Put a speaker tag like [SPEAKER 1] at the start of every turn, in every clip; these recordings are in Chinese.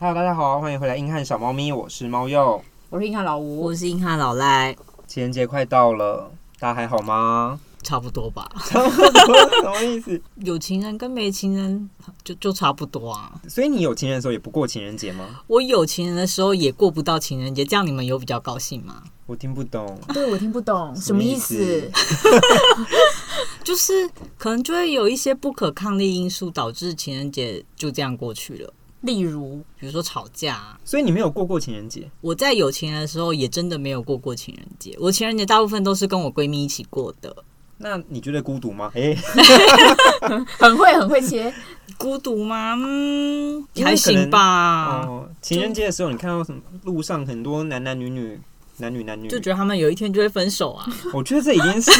[SPEAKER 1] 欢迎回来，硬汉小猫咪，我是猫鼬。
[SPEAKER 2] 我是硬汉老吴
[SPEAKER 3] 我，是硬汉老赖，
[SPEAKER 1] 情人节快到了，大家还好吗？
[SPEAKER 3] 差不多吧。
[SPEAKER 1] 什么意思？
[SPEAKER 3] 有情人跟没情人就就差不多啊。
[SPEAKER 1] 所以你有情人的时候也不过情人节吗？
[SPEAKER 3] 我有情人的时候也过不到情人节，这样你们有比较高兴吗？
[SPEAKER 1] 我听不懂。
[SPEAKER 2] 对我听不懂什么意思？
[SPEAKER 3] 就是可能就会有一些不可抗力因素导致情人节就这样过去了，
[SPEAKER 2] 例如，
[SPEAKER 3] 比如说吵架、啊。
[SPEAKER 1] 所以你没有过过情人节？
[SPEAKER 3] 我在有情人的时候也真的没有过过情人节，我情人节大部分都是跟我闺蜜一起过的。
[SPEAKER 1] 那你觉得孤独吗？诶，
[SPEAKER 2] 很会很 会切，
[SPEAKER 3] 孤独吗？嗯，
[SPEAKER 1] 因为
[SPEAKER 3] 还
[SPEAKER 1] 可能
[SPEAKER 3] 行吧。
[SPEAKER 1] 哦，情人节的时候，你看到什么？路上很多男男女女。男女男女，
[SPEAKER 3] 就觉得他们有一天就会分手啊！
[SPEAKER 1] 我觉得这已经是，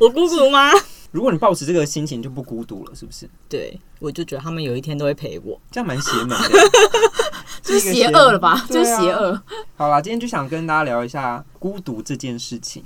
[SPEAKER 3] 我孤独吗？
[SPEAKER 1] 如果你抱持这个心情就不孤独了，是不是？
[SPEAKER 3] 对，我就觉得他们有一天都会陪我。
[SPEAKER 1] 这样蛮邪门的，
[SPEAKER 2] 这
[SPEAKER 1] 是一个
[SPEAKER 2] 邪恶了吧？
[SPEAKER 1] 对
[SPEAKER 2] 这
[SPEAKER 1] 啊
[SPEAKER 2] 邪恶，
[SPEAKER 1] 好啦，今天就想跟大家聊一下孤独这件事情，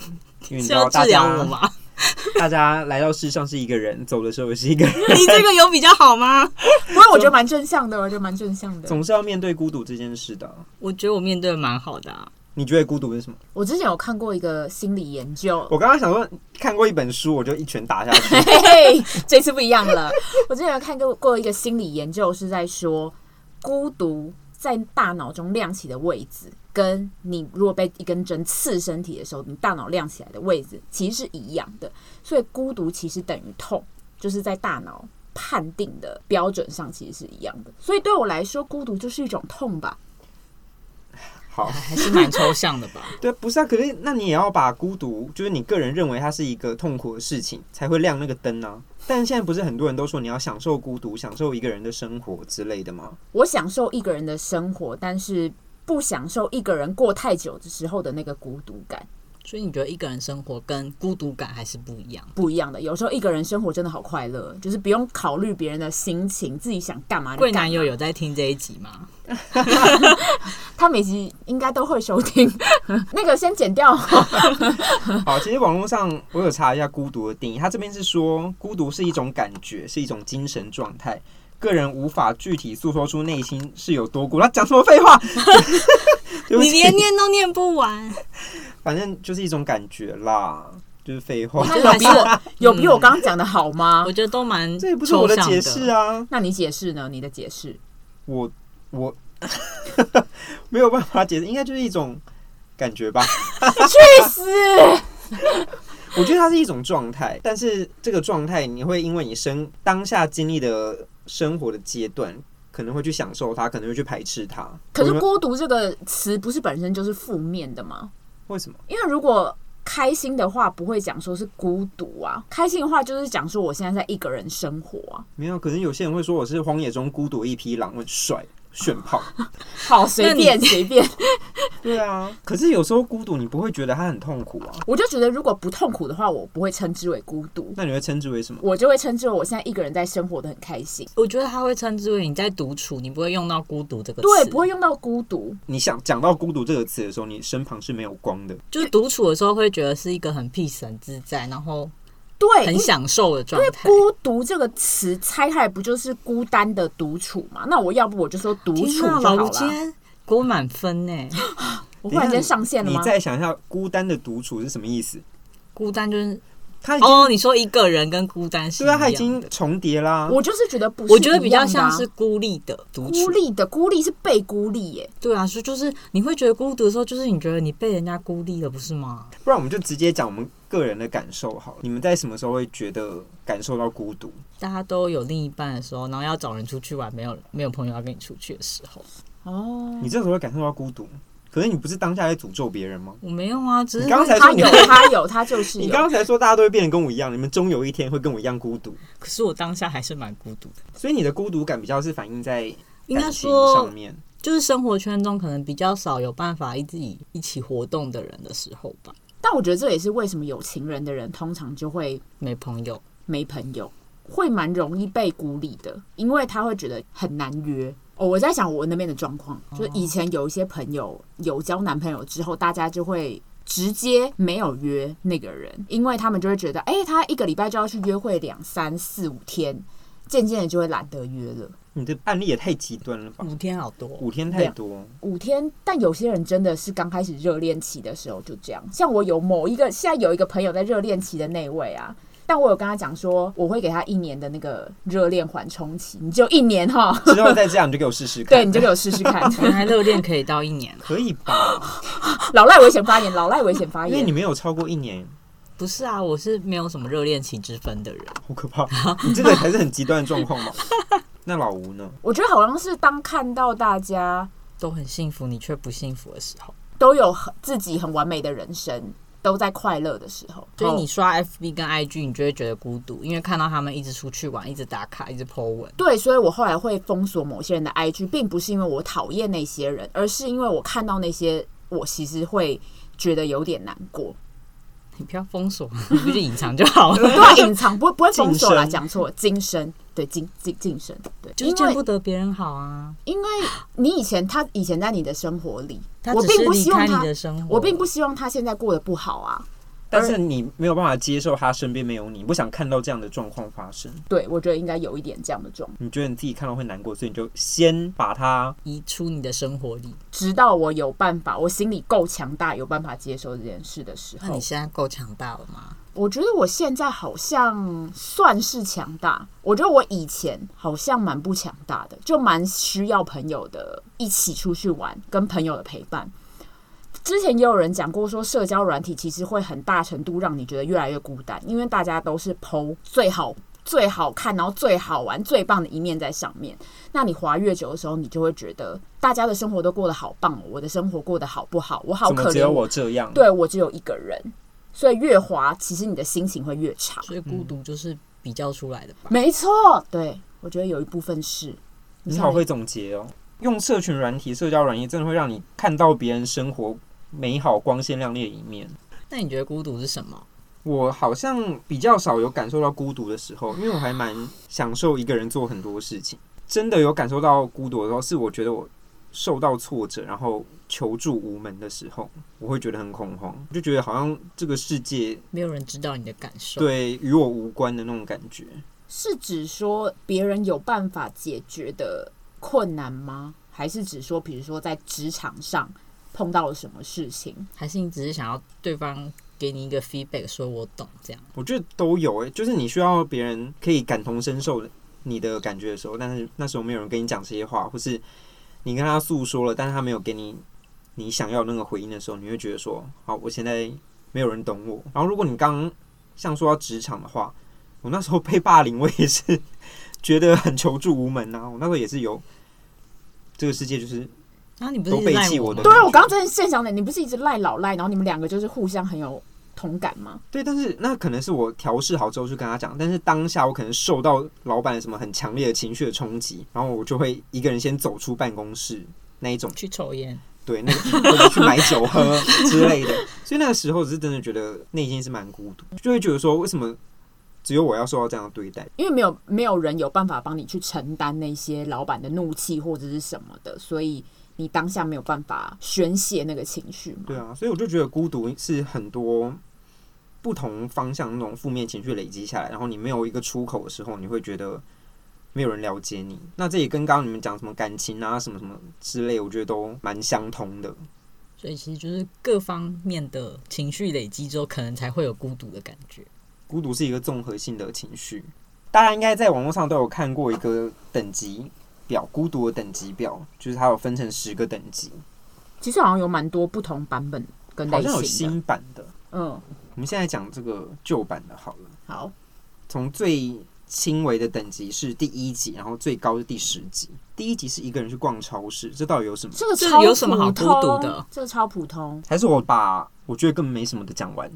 [SPEAKER 1] 因为你
[SPEAKER 3] 是
[SPEAKER 1] 知道
[SPEAKER 3] 要
[SPEAKER 1] 大
[SPEAKER 3] 治疗我
[SPEAKER 1] 家
[SPEAKER 3] 吗？
[SPEAKER 1] 大家来到世上是一个人，走的时候也是一个人，
[SPEAKER 3] 你这个有比较好吗？
[SPEAKER 2] 不过我觉得蛮正向的，我觉得蛮正向的。
[SPEAKER 1] 总是要面对孤独这件事的。
[SPEAKER 3] 我觉得我面对的蛮好的、啊，
[SPEAKER 1] 你觉得孤独是什么？
[SPEAKER 2] 我之前有看过一个心理研究，
[SPEAKER 1] 我刚刚想说看过一本书，我就一拳打下去。
[SPEAKER 2] 嘿嘿，这次不一样了。我之前有看过过一个心理研究，是在说孤独在大脑中亮起的位置，跟你如果被一根针刺身体的时候，你大脑亮起来的位置其实是一样的。所以孤独其实等于痛，就是在大脑判定的标准上其实是一样的。所以对我来说，孤独就是一种痛吧。
[SPEAKER 1] 好，
[SPEAKER 3] 哦还是蛮抽象的吧？
[SPEAKER 1] 对，不是啊，可是那你也要把孤独，就是你个人认为它是一个痛苦的事情，才会亮那个灯啊。但现在不是很多人都说你要享受孤独，享受一个人的生活之类的吗？
[SPEAKER 2] 我享受一个人的生活，但是不享受一个人过太久的时候的那个孤独感。
[SPEAKER 3] 所以你觉得一个人生活跟孤独感还是不一样？
[SPEAKER 2] 不一样的。有时候一个人生活真的好快乐，就是不用考虑别人的心情，自己想干嘛就
[SPEAKER 3] 贵
[SPEAKER 2] 干
[SPEAKER 3] 男啊
[SPEAKER 2] 嘛
[SPEAKER 3] 友，有在听这一集吗？
[SPEAKER 2] 他每集应该都会收听。 那个先剪 掉，
[SPEAKER 1] 好，其实网络上我有查一下孤独的定义，它这边是说孤独是一种感觉，是一种精神状态，个人无法具体诉说出内心是有多孤。他讲什么废话？ 对不
[SPEAKER 3] 你
[SPEAKER 1] 起，
[SPEAKER 3] 连念都念不完，
[SPEAKER 1] 反正就是一种感觉啦，就是废话。
[SPEAKER 2] 那有比我有比我刚刚讲的好吗
[SPEAKER 3] 嗯我？觉得都蛮
[SPEAKER 1] 这也不是我
[SPEAKER 3] 抽
[SPEAKER 1] 的
[SPEAKER 3] 象
[SPEAKER 1] 解释啊，
[SPEAKER 2] 那你解释呢？你的解释
[SPEAKER 1] 我我 没有办法解释，应该就是一种感觉吧。
[SPEAKER 2] 去死！
[SPEAKER 1] 我觉得它是一种状态，但是这个状态你会因为你生当下经历的生活的阶段，可能会去享受它，可能会去排斥它。
[SPEAKER 2] 可
[SPEAKER 1] 我
[SPEAKER 2] 是
[SPEAKER 1] 觉得
[SPEAKER 2] 孤独这个词不是本身就是负面的吗？
[SPEAKER 1] 为什么？
[SPEAKER 2] 因为如果开心的话，不会讲说是孤独啊；开心的话，就是讲说我现在在一个人生活啊，
[SPEAKER 1] 没有，可能有些人会说我是荒野中孤独的一匹狼，我很帅。炫炮，
[SPEAKER 2] 好随便随便。
[SPEAKER 1] 对啊， 可是有时候孤独，你不会觉得它很痛苦啊？
[SPEAKER 2] 我就觉得如果不痛苦的话，我不会称之为孤独。
[SPEAKER 1] 那你会称之为什么？
[SPEAKER 2] 我就会称之为我现在一个人在生活的很开心，
[SPEAKER 3] 我觉得他会称之为你在独处，你不会用到孤独这个词，
[SPEAKER 2] 对，不会用到孤独，
[SPEAKER 1] 你想讲到孤独这个词的时候，你身旁是没有光的。
[SPEAKER 3] 就是独处的时候会觉得是一个很 peace 很自在，然后
[SPEAKER 2] 对，
[SPEAKER 3] 很
[SPEAKER 2] 因
[SPEAKER 3] 享受的状
[SPEAKER 2] 为
[SPEAKER 3] 态。
[SPEAKER 2] 孤独这个词拆开来不就是孤单的独处嘛？那我要不我就说独
[SPEAKER 3] 天
[SPEAKER 2] 处
[SPEAKER 3] 哪，
[SPEAKER 2] 就好
[SPEAKER 3] 老吴
[SPEAKER 2] 了
[SPEAKER 3] 今。天给我满分呢！
[SPEAKER 2] 我忽然
[SPEAKER 1] 等
[SPEAKER 2] 间
[SPEAKER 1] 一下
[SPEAKER 2] 上线了
[SPEAKER 1] 你
[SPEAKER 2] 吗？
[SPEAKER 1] 再想一下，孤单的独处是什么意思？
[SPEAKER 3] 孤单就是
[SPEAKER 1] 他已经、
[SPEAKER 3] 哦，你说一个人跟孤单是
[SPEAKER 1] 对啊，他已
[SPEAKER 3] 一样的
[SPEAKER 1] 经重叠啦。
[SPEAKER 2] 我就是觉得不是一样的啊，
[SPEAKER 3] 我觉得比较像是孤立的独
[SPEAKER 2] 孤
[SPEAKER 3] 处，
[SPEAKER 2] 立的，孤立是被孤立耶。
[SPEAKER 3] 对啊，所以就是你会觉得孤独的时候，就是你觉得你被人家孤立了，不是吗？
[SPEAKER 1] 不然我们就直接讲我们个人的感受好了。你们在什么时候会觉得感受到孤独？
[SPEAKER 3] 大家都有另一半的时候，然后要找人出去玩，没有没有朋友要跟你出去的时候，
[SPEAKER 2] 哦，
[SPEAKER 3] 嗯
[SPEAKER 1] 你这时候会感受到孤独，可是你不是当下在诅咒别人吗？
[SPEAKER 3] 我没有啊，只是
[SPEAKER 1] 你刚才
[SPEAKER 2] 他
[SPEAKER 1] 说你
[SPEAKER 2] 有，他有，他
[SPEAKER 3] 啊
[SPEAKER 2] 就是
[SPEAKER 1] 你
[SPEAKER 2] 有。
[SPEAKER 1] 刚才说大家都会变得跟我一样，你们终有一天会跟我一样孤独，
[SPEAKER 3] 可是我当下还是蛮孤独的，
[SPEAKER 1] 所以你的孤独感比较是反映在
[SPEAKER 3] 应该
[SPEAKER 1] 感情
[SPEAKER 3] 说
[SPEAKER 1] 上面。
[SPEAKER 3] 就是生活圈中可能比较少有办法一起一起活动的人的时候吧，
[SPEAKER 2] 但我觉得这也是为什么有情人的人通常就会
[SPEAKER 3] 没朋友。
[SPEAKER 2] 没朋友，会蛮容易被孤立的，因为他会觉得很难约。哦，我在想我那边的状况，就是以前有一些朋友有交男朋友之后，大家就会。直接没有约那个人，因为他们就会觉得，哎、他一个礼拜就要去约会两三四五天，渐渐的就会懒得约了。
[SPEAKER 1] 你的案例也太极端了吧？
[SPEAKER 3] 五天好多，
[SPEAKER 1] 五天太多，
[SPEAKER 2] 五天，但有些人真的是刚开始热恋期的时候就这样。像我有某一个，现在有一个朋友在热恋期的那位啊，但我有跟他讲说，我会给他一年的那个热恋缓冲期，你就一年哈，
[SPEAKER 3] 啊
[SPEAKER 1] 之后再这样你就给我试试看。
[SPEAKER 2] 对，你就给我试试看。
[SPEAKER 3] 原来热恋可以到一年
[SPEAKER 1] 可以吧？
[SPEAKER 2] 老赖危险发言，老赖危险发
[SPEAKER 1] 因为
[SPEAKER 2] 言
[SPEAKER 1] 你。没有超过一年，
[SPEAKER 3] 不是啊，我是没有什么热恋期之分的人。
[SPEAKER 1] 好可 怕！你这个还是很极端的状况吧？那老吴呢？
[SPEAKER 2] 我觉得好像是当看到大家
[SPEAKER 3] 都很幸福，你却不幸福的时候，
[SPEAKER 2] 都有很自己很完美的人生，都在快乐的时候，
[SPEAKER 3] 所以你刷 FB 跟 IG，你就会觉得孤独，因为看到他们一直出去玩，一直打卡，一直 po 文。
[SPEAKER 2] 对，所以我后来会封锁某些人的 IG，并不是因为我讨厌那些人，而是因为我看到那些，我其实会觉得有点难 过。
[SPEAKER 3] 你不要封锁， 你不就隐藏就 好了。
[SPEAKER 2] 对啊，隐藏不不会封锁啦，
[SPEAKER 1] 晋升
[SPEAKER 2] 讲错，今生对今今今生对，
[SPEAKER 3] 就是
[SPEAKER 2] 因
[SPEAKER 3] 见
[SPEAKER 2] 为
[SPEAKER 3] 不得别人好啊，
[SPEAKER 2] 因为你以前他以前在你的生活里，
[SPEAKER 3] 他
[SPEAKER 2] 我
[SPEAKER 3] 只是
[SPEAKER 2] 并不
[SPEAKER 3] 离
[SPEAKER 2] 希望
[SPEAKER 3] 开你
[SPEAKER 2] 他，
[SPEAKER 3] 的生活，
[SPEAKER 2] 我并不希望他现在过得不好啊。
[SPEAKER 1] 但是你没有办法接受他身边没有你，你不想看到这样的状况发生，
[SPEAKER 2] 对，我觉得应该有一点这样的状况，
[SPEAKER 1] 你觉得你自己看到会难过，所以你就先把它
[SPEAKER 3] 移出你的生活里。
[SPEAKER 2] 直到我有办法，我心里够强大，有办法接受这件事的时
[SPEAKER 3] 那
[SPEAKER 2] 候
[SPEAKER 3] 你，现在够强大了吗？
[SPEAKER 2] 我觉得我现在好像算是强大，我觉得我以前好像蛮不强大的，就蛮需要朋友的，一起出去玩，跟朋友的陪伴。之前也有人讲过，说社交软体其实会很大程度让你觉得越来越孤单，因为大家都是剖最好、最好看，然后最好玩、最棒的一面在上面。那你滑越久的时候，你就会觉得大家的生活都过得好棒哦，我的生活过得好不好？我好
[SPEAKER 1] 怎么
[SPEAKER 2] 可
[SPEAKER 1] 只
[SPEAKER 2] 怜，
[SPEAKER 1] 有我这样？
[SPEAKER 2] 对我只有一个人，所以越滑，其实你的心情会越差。
[SPEAKER 3] 所以孤
[SPEAKER 2] 嗯
[SPEAKER 3] 独就是比较出来的吧。
[SPEAKER 2] 没错，对我觉得有一部分是。
[SPEAKER 1] 你好会总结哦。用社群软体、社交软体，真的会让你看到别人生活美好、光鲜亮丽的一面。
[SPEAKER 3] 那你觉得孤独是什么？
[SPEAKER 1] 我好像比较少有感受到孤独的时候，因为我还蛮享受一个人做很多事情。真的有感受到孤独的时候，是我觉得我受到挫折，然后求助无门的时候，我会觉得很恐慌，就觉得好像这个世界
[SPEAKER 3] 没有人知道你的感受。，
[SPEAKER 1] 对与我无关的那种感觉。
[SPEAKER 2] 是指说别人有办法解决的困难吗？还是指说，比如说在职场上碰到了什么事情？
[SPEAKER 3] 还是你只是想要对方给你一个 feedback，说我懂这样？
[SPEAKER 1] 我觉得都有诶、就是你需要别人可以感同身受你的感觉的时候，但是那时候没有人跟你讲这些话，或是你跟他诉说了，但是他没有给你你想要的那个回应的时候，你会觉得说，好，我现在没有人懂我。然后如果你刚像说到职场的话，我那时候被霸凌，我也是 觉得很求助无门啊。我那时候也是有这个世界就是
[SPEAKER 3] 然后你不是
[SPEAKER 1] 都
[SPEAKER 3] 一直
[SPEAKER 1] 背
[SPEAKER 3] 赖
[SPEAKER 1] 弃我
[SPEAKER 3] 吗
[SPEAKER 1] 的
[SPEAKER 2] 对啊，我刚刚真的现想的，你不是一直赖老赖，然后你们两个就是互相很有同感吗？
[SPEAKER 1] 对，但是那可能是我调试好之后去跟他讲，但是当下我可能受到老板什么很强烈的情绪的冲击，然后我就会一个人先走出办公室那一种，
[SPEAKER 3] 去抽烟，
[SPEAKER 1] 对，那个或者去买酒喝之类的。所以那个时候是真的觉得内心是蛮孤独，就会觉得说为什么只有我要受到这样的对待？
[SPEAKER 2] 因为没有没有人有办法帮你去承担那些老板的怒气或者是什么的，所以你当下没有办法宣泄那个情绪嘛。
[SPEAKER 1] 对啊，所以我就觉得孤独是很
[SPEAKER 2] 嗯
[SPEAKER 1] 多不同方向那种负面情绪累积下来，然后你没有一个出口的时候，你会觉得没有人了解你。那这也跟刚刚你们讲什么感情啊、什么什么之类，我觉得都蛮相通的。
[SPEAKER 3] 所以其实就是各方面的情绪累积之后，可能才会有孤独的感觉。
[SPEAKER 1] 孤独是一个综合性的情绪，大家应该在网络上都有看过一个等级表，孤独的等级表，就是它有分成十个等级，
[SPEAKER 2] 其实好像有蛮多不同版本跟
[SPEAKER 1] 好
[SPEAKER 2] 类
[SPEAKER 1] 像有
[SPEAKER 2] 型的。
[SPEAKER 1] 新版的。
[SPEAKER 2] 嗯，
[SPEAKER 1] 我们现在讲这个旧版的好了。
[SPEAKER 2] 好，
[SPEAKER 1] 从最轻微的等级是第一级，然后最高是第十级。第一级是一个人去逛超市，这到底有什么？
[SPEAKER 2] 这个
[SPEAKER 3] 这
[SPEAKER 2] 超
[SPEAKER 3] 有什么好
[SPEAKER 2] 普
[SPEAKER 3] 孤独
[SPEAKER 2] 通
[SPEAKER 3] 的？
[SPEAKER 2] 这个超普通，
[SPEAKER 1] 还是我把我觉得根本没什么的讲完。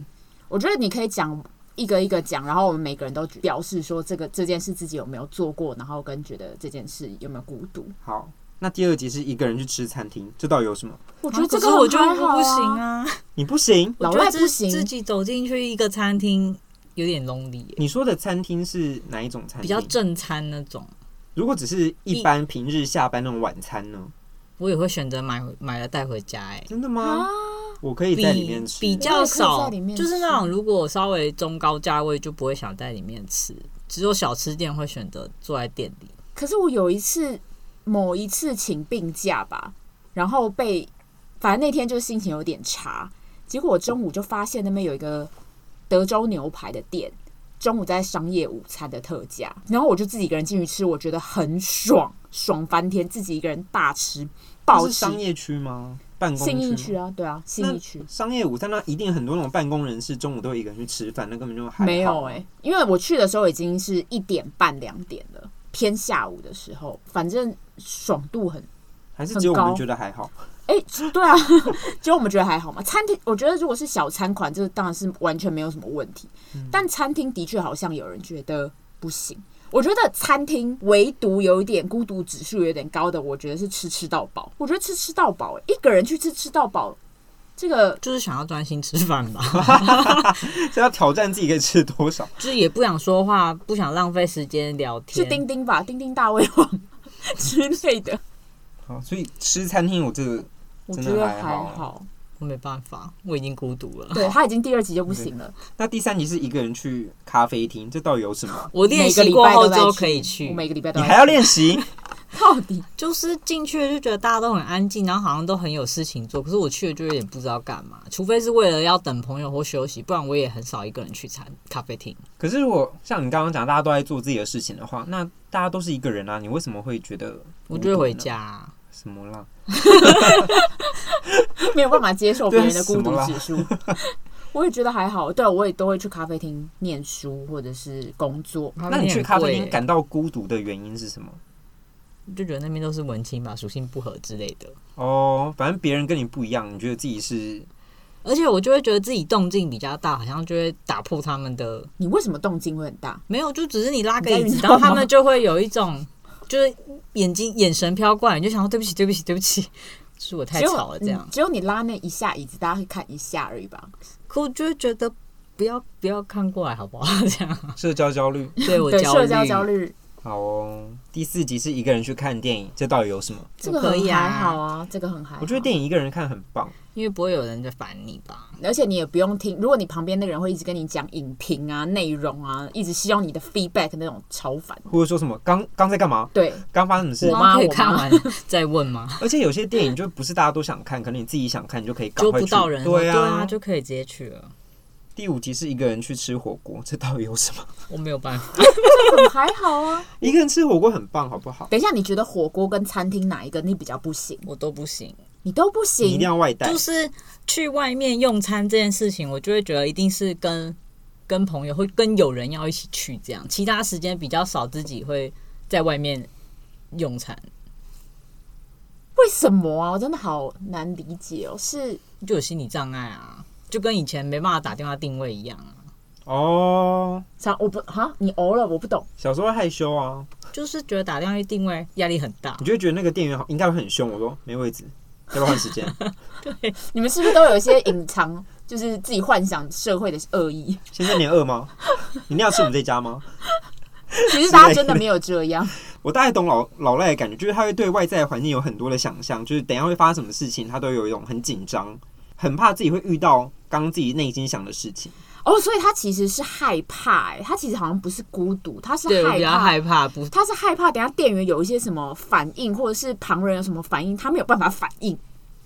[SPEAKER 2] 我觉得你可以讲一个一个讲，然后我们每个人都表示说这个这件事自己有没有做过，然后跟觉得这件事有没有孤独。
[SPEAKER 1] 好，那第二级是一个人去吃餐厅，这到底有什么？
[SPEAKER 2] 啊我
[SPEAKER 3] 我
[SPEAKER 2] 觉得这个
[SPEAKER 3] 我
[SPEAKER 2] 很
[SPEAKER 3] 就
[SPEAKER 2] 还好
[SPEAKER 3] 不行
[SPEAKER 2] 啊，
[SPEAKER 3] 啊，
[SPEAKER 1] 你不行。
[SPEAKER 2] 老
[SPEAKER 3] 我觉得
[SPEAKER 2] 外
[SPEAKER 3] 自
[SPEAKER 2] 不行，
[SPEAKER 3] 自己走进去一个餐厅有点 lonely，耶、
[SPEAKER 1] 你说的餐厅是哪一种餐厅？
[SPEAKER 3] 比较正餐那种，
[SPEAKER 1] 如果只是一般平日下班那种晚餐呢？
[SPEAKER 3] 我也会选择买回买了带回家、哎。
[SPEAKER 1] 真的
[SPEAKER 2] 啊
[SPEAKER 1] 吗？我可以
[SPEAKER 3] 比
[SPEAKER 1] 在里面吃。
[SPEAKER 3] 比
[SPEAKER 2] 我
[SPEAKER 3] 较
[SPEAKER 2] 也可以
[SPEAKER 3] 少
[SPEAKER 2] 在里面，
[SPEAKER 3] 就是那
[SPEAKER 2] 吃
[SPEAKER 3] 种如果稍微中高价位就不会想在里面吃，只有小吃店会选择坐在店里。
[SPEAKER 2] 可是我有一次，某一次请病假吧，然后被，反正那天就心情有点差，结果我中午就发现那边有一个德州牛排的店，中午在商业午餐的特价，然后我就自己一个人进去吃，我觉得很爽，爽翻天，自己一个人大吃
[SPEAKER 1] 那
[SPEAKER 2] 暴
[SPEAKER 1] 是
[SPEAKER 2] 吃。
[SPEAKER 1] 商业区吗？办公
[SPEAKER 2] 信义
[SPEAKER 1] 区
[SPEAKER 2] 区
[SPEAKER 1] 吗？
[SPEAKER 2] 啊，对啊，信义区。
[SPEAKER 1] 商业午餐那一定很多那种办公人士中午都一个人去吃饭，那根本就还好啊
[SPEAKER 2] 没有哎、因为我去的时候已经是一点半两点了，偏下午的时候，反正爽度很
[SPEAKER 1] 还是只有我
[SPEAKER 2] 很
[SPEAKER 1] 们
[SPEAKER 2] 高
[SPEAKER 1] 觉得还好。
[SPEAKER 2] 哎、对啊， 就我们觉得还好嘛。餐厅我觉得如果是小餐款，这当然是完全没有什么问题。
[SPEAKER 3] 嗯
[SPEAKER 2] 但餐厅的确好像有人觉得不行。我觉得餐厅唯独有一点孤独指数有点高的，我觉得是吃吃到饱。我觉得吃吃到饱、一个人去吃吃到饱，这个
[SPEAKER 3] 就是想要专心吃饭吧，
[SPEAKER 1] 这要挑战自己可以吃多少？
[SPEAKER 3] 就是也不想说话，不想浪费时间聊
[SPEAKER 2] 是
[SPEAKER 3] 天。
[SPEAKER 2] 丁丁吧，丁丁大胃王 之类的，
[SPEAKER 1] 好，所以吃餐厅我这个
[SPEAKER 2] 我
[SPEAKER 1] 真
[SPEAKER 2] 觉
[SPEAKER 1] 的
[SPEAKER 2] 得
[SPEAKER 1] 还
[SPEAKER 2] 还
[SPEAKER 1] 好
[SPEAKER 2] 好。
[SPEAKER 3] 我没办法，我已经孤独了。
[SPEAKER 2] 对他已经第二集就不行了，
[SPEAKER 1] 那第三集是一个人去咖啡厅，这到底有什么？
[SPEAKER 3] 我练
[SPEAKER 2] 每个
[SPEAKER 3] 习
[SPEAKER 2] 礼
[SPEAKER 3] 过
[SPEAKER 2] 拜
[SPEAKER 3] 后
[SPEAKER 2] 都
[SPEAKER 3] 之
[SPEAKER 2] 在
[SPEAKER 3] 后可以去
[SPEAKER 2] 我，每个礼拜都
[SPEAKER 1] 你
[SPEAKER 2] 在
[SPEAKER 1] 还要练习？
[SPEAKER 2] 到底
[SPEAKER 3] 就是进去就觉得大家都很安静，然后好像都很有事情做。可是我去了就有点不知道干嘛，除非是为了要等朋友或休息，不然我也很少一个人去餐咖啡厅。
[SPEAKER 1] 可是如果像你刚刚讲，大家都在做自己的事情的话，那大家都是一个人啊，你为什么会觉得？
[SPEAKER 3] 我就会回。家啊、
[SPEAKER 1] 什么啦？
[SPEAKER 2] 没有办法接受别人的孤
[SPEAKER 1] 对
[SPEAKER 2] 独
[SPEAKER 1] 啊
[SPEAKER 2] 指数。 我也觉得还好，对啊我也都会去咖啡厅念书或者是工作。
[SPEAKER 1] 那你去咖啡
[SPEAKER 3] 很
[SPEAKER 1] 厅
[SPEAKER 3] 贵欸
[SPEAKER 1] 感到孤独的原因是什么？
[SPEAKER 3] 就觉得那边都是文青吧，属性不合之类的。
[SPEAKER 1] 哦，反正别人跟你不一样，你觉得自己是
[SPEAKER 3] 而且我就会觉得自己动静比较大，好像就会打破他们的
[SPEAKER 2] 你为什么动静会很大？
[SPEAKER 3] 没有，就只是你拉个
[SPEAKER 2] 你在
[SPEAKER 3] 椅子
[SPEAKER 2] 运，动
[SPEAKER 3] 然后他
[SPEAKER 2] 吗
[SPEAKER 3] 们就会有一种就是眼睛眼神飘过来，你就想说对不起对不起对不起，是我太
[SPEAKER 2] 只有
[SPEAKER 3] 吵了这样
[SPEAKER 2] 嗯，只有你拉那一下椅子，大家会看一下而已吧。
[SPEAKER 3] 可我就会觉得不要不要看过来好 不好这样，
[SPEAKER 1] 社交焦虑？
[SPEAKER 3] 对我
[SPEAKER 2] 对，
[SPEAKER 3] 焦
[SPEAKER 2] 社交
[SPEAKER 3] 虑
[SPEAKER 2] 焦虑
[SPEAKER 1] 好哦，第四集是一个人去看电影，这到底有什么？
[SPEAKER 2] 这个
[SPEAKER 3] 可
[SPEAKER 2] 很
[SPEAKER 3] 以啊
[SPEAKER 2] 还好啊，这个很还好。
[SPEAKER 1] 我觉得电影一个人看很棒，
[SPEAKER 3] 因为不会有人在烦你吧？
[SPEAKER 2] 而且你也不用听，如果你旁边那个人会一直跟你讲影评啊、内容啊，一直希望你的 feedback 那种超烦。
[SPEAKER 1] 或者说什么刚刚在干嘛，
[SPEAKER 2] 对，
[SPEAKER 1] 刚发生什么
[SPEAKER 2] 我
[SPEAKER 1] 事？
[SPEAKER 3] 然
[SPEAKER 2] 妈
[SPEAKER 3] 后可以
[SPEAKER 2] 我
[SPEAKER 3] 看
[SPEAKER 2] 妈
[SPEAKER 3] 完再问吗？
[SPEAKER 1] 而且有些电影就不是大家都想看，可能你自己想看，你就可以赶
[SPEAKER 3] 揪
[SPEAKER 1] 快
[SPEAKER 3] 不
[SPEAKER 1] 去。
[SPEAKER 3] 到人了，
[SPEAKER 1] 对
[SPEAKER 3] 啊，
[SPEAKER 1] 啊，
[SPEAKER 3] 就可以直接去了。
[SPEAKER 1] 第五集是一个人去吃火锅，这到底有什么？
[SPEAKER 3] 我没有办法，
[SPEAKER 2] 这个很还好啊。
[SPEAKER 1] 一个人吃火锅很棒，好不好？
[SPEAKER 2] 等一下，你觉得火锅跟餐厅哪一个你比较不行？
[SPEAKER 3] 我都不 行。
[SPEAKER 2] 你都不
[SPEAKER 1] 你一定
[SPEAKER 2] 行，
[SPEAKER 1] 要外带
[SPEAKER 3] 就，是去外面用餐这件事情，我就会觉得一定是跟跟朋友会跟友人要一起去这样，其他时间比较少自己会在外面用餐，
[SPEAKER 2] 为什么啊？我真的好难理解哦。是
[SPEAKER 3] 就有心理障碍啊，就跟以前没办法打电话定位一样啊，
[SPEAKER 1] 哦，
[SPEAKER 2] 想我不哈，你偶了我不懂，
[SPEAKER 1] 小时候会害羞啊，
[SPEAKER 3] 就是觉得打电话去定位压力很大
[SPEAKER 1] 你。就会觉得那个店员好应该会很凶。我说没位置，要不要换时间？
[SPEAKER 2] 你们是不是都有一些隐藏，就是自己幻想社会的恶 意？
[SPEAKER 1] 先生你饿吗？你一定要吃我们这家吗？
[SPEAKER 2] 其实大家真的没有这样，
[SPEAKER 1] 我大概懂老老赖的感觉，就是他会对外在的环境有很多的想象，就是等一下会发生什么事情，他都有一种很紧张，很怕自己会遇到刚刚自己内心想的事情。
[SPEAKER 2] 哦，所以他其实是害怕、欸，他其实好像不是孤独，他是
[SPEAKER 3] 对我
[SPEAKER 2] 害
[SPEAKER 3] 比较
[SPEAKER 2] 怕。
[SPEAKER 3] 害怕，不
[SPEAKER 2] 他是害怕，等一下店员有一些什么反应，或者是旁人有什么反应，他没有办法反应。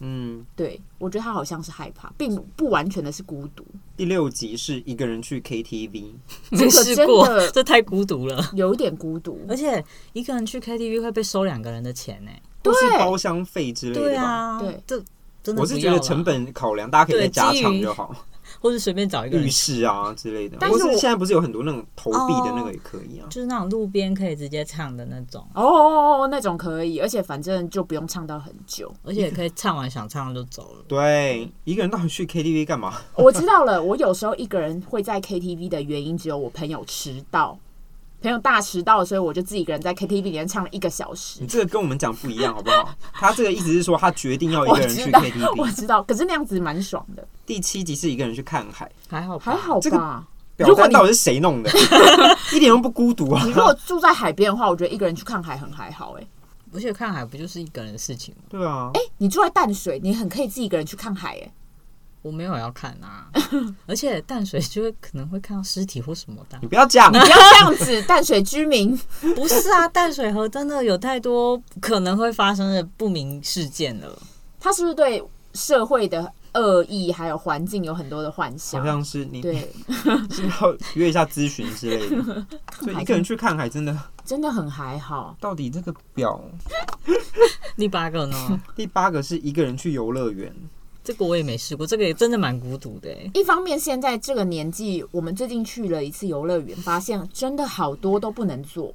[SPEAKER 1] 嗯，
[SPEAKER 2] 对我觉得他好像是害怕，并不不完全的是孤独，
[SPEAKER 1] 第六集是一个人去 KTV，
[SPEAKER 3] 没试过
[SPEAKER 2] 真的，
[SPEAKER 3] 这太孤独了。
[SPEAKER 2] 有一点孤独。
[SPEAKER 3] 而且一个人去 KTV 会被收两个人的钱呢、
[SPEAKER 1] 都是
[SPEAKER 2] 对
[SPEAKER 1] 包厢费之类
[SPEAKER 3] 对
[SPEAKER 1] 的吧。
[SPEAKER 3] 啊，
[SPEAKER 2] 对
[SPEAKER 3] 这真的
[SPEAKER 1] 我是
[SPEAKER 3] 不
[SPEAKER 1] 觉
[SPEAKER 3] 要
[SPEAKER 1] 得
[SPEAKER 3] 啦
[SPEAKER 1] 成，本考量，大家可以再
[SPEAKER 3] 对
[SPEAKER 1] 加
[SPEAKER 3] 基
[SPEAKER 1] 长
[SPEAKER 3] 于
[SPEAKER 1] 就好，
[SPEAKER 3] 或是随便找一个人
[SPEAKER 1] 浴室啊之类的。
[SPEAKER 2] 但
[SPEAKER 1] 或
[SPEAKER 2] 是
[SPEAKER 1] 是
[SPEAKER 2] 我
[SPEAKER 1] 现在不是有很多那种投币的那个也可以啊。
[SPEAKER 3] 就是那种路边可以直接唱的那种，啊
[SPEAKER 2] 哦哦哦，那种可以，而且反正就不用唱到很久。
[SPEAKER 3] 而且也可以唱完想唱就走了。
[SPEAKER 1] 对，一个人到底去 KTV 干嘛？
[SPEAKER 2] 我知道了，我有时候一个人会在 KTV 的原因只有我朋友迟到，朋友大迟到，所以我就自己一个人在 KTV 里面唱了一个小时
[SPEAKER 1] 你。这个跟我们讲不一样，好不 好？他这个意思是说，他决定要一
[SPEAKER 2] 我
[SPEAKER 1] 个人去
[SPEAKER 2] 知道，我
[SPEAKER 1] KTV。
[SPEAKER 2] 知道，可是那样子蛮爽的，
[SPEAKER 1] 第七集是一个人去看海，
[SPEAKER 3] 还好吧，
[SPEAKER 2] 还好吧。
[SPEAKER 1] 这个表
[SPEAKER 2] 如果
[SPEAKER 1] 单
[SPEAKER 2] 你
[SPEAKER 1] 到底是谁 弄的？一点都不孤独啊
[SPEAKER 2] 你！如果住在海边的话，我觉得一个人去看海很还好、欸。
[SPEAKER 3] 而且看海不就是一个人的事情吗？
[SPEAKER 1] 对啊，
[SPEAKER 2] 哎，你住在淡水，你很可以自己一个人去看海、欸，哎，
[SPEAKER 3] 我没有要看 啊，而且淡水就会可能会看到尸体或什么的啊
[SPEAKER 1] 你。不要讲，
[SPEAKER 2] 不要这样子，淡水居民
[SPEAKER 3] 不是啊，淡水河真的有太多可能会发生的不明事件 了。
[SPEAKER 2] 他是不是对社会的恶意还有环境有很多的幻
[SPEAKER 1] 好
[SPEAKER 2] 想？
[SPEAKER 1] 像是你
[SPEAKER 2] 对，
[SPEAKER 1] 是要约一下咨询之类 的。所以一个人去看海，真的
[SPEAKER 2] 真的很还好。
[SPEAKER 1] 到底这个表
[SPEAKER 3] 第八个呢，
[SPEAKER 1] 第八个是一个人去游乐园，
[SPEAKER 3] 这个我也没试过，这个也真的蛮孤独的、欸。
[SPEAKER 2] 一方面，现在这个年纪，我们最近去了一次游乐园，发现真的好多都不能做。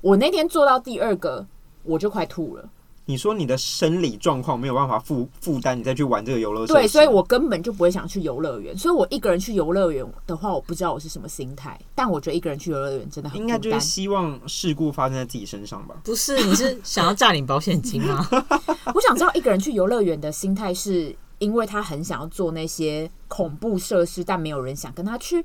[SPEAKER 2] 我那天做到第二个，我就快吐了。
[SPEAKER 1] 你说你的生理状况没有办法负负担，你再去玩这个游乐设施，
[SPEAKER 2] 对，所以我根本就不会想去游乐园。所以我一个人去游乐园的话，我不知道我是什么心态。但我觉得一个人去游乐园真的很
[SPEAKER 1] 应该就
[SPEAKER 2] 孤
[SPEAKER 1] 是
[SPEAKER 2] 单
[SPEAKER 1] 希望事故发生在自己身上吧。
[SPEAKER 3] 不是，你是想要诈领保险金吗？
[SPEAKER 2] 我想知道一个人去游乐园的心态，是因为他很想要做那些恐怖设施，但没有人想跟他去，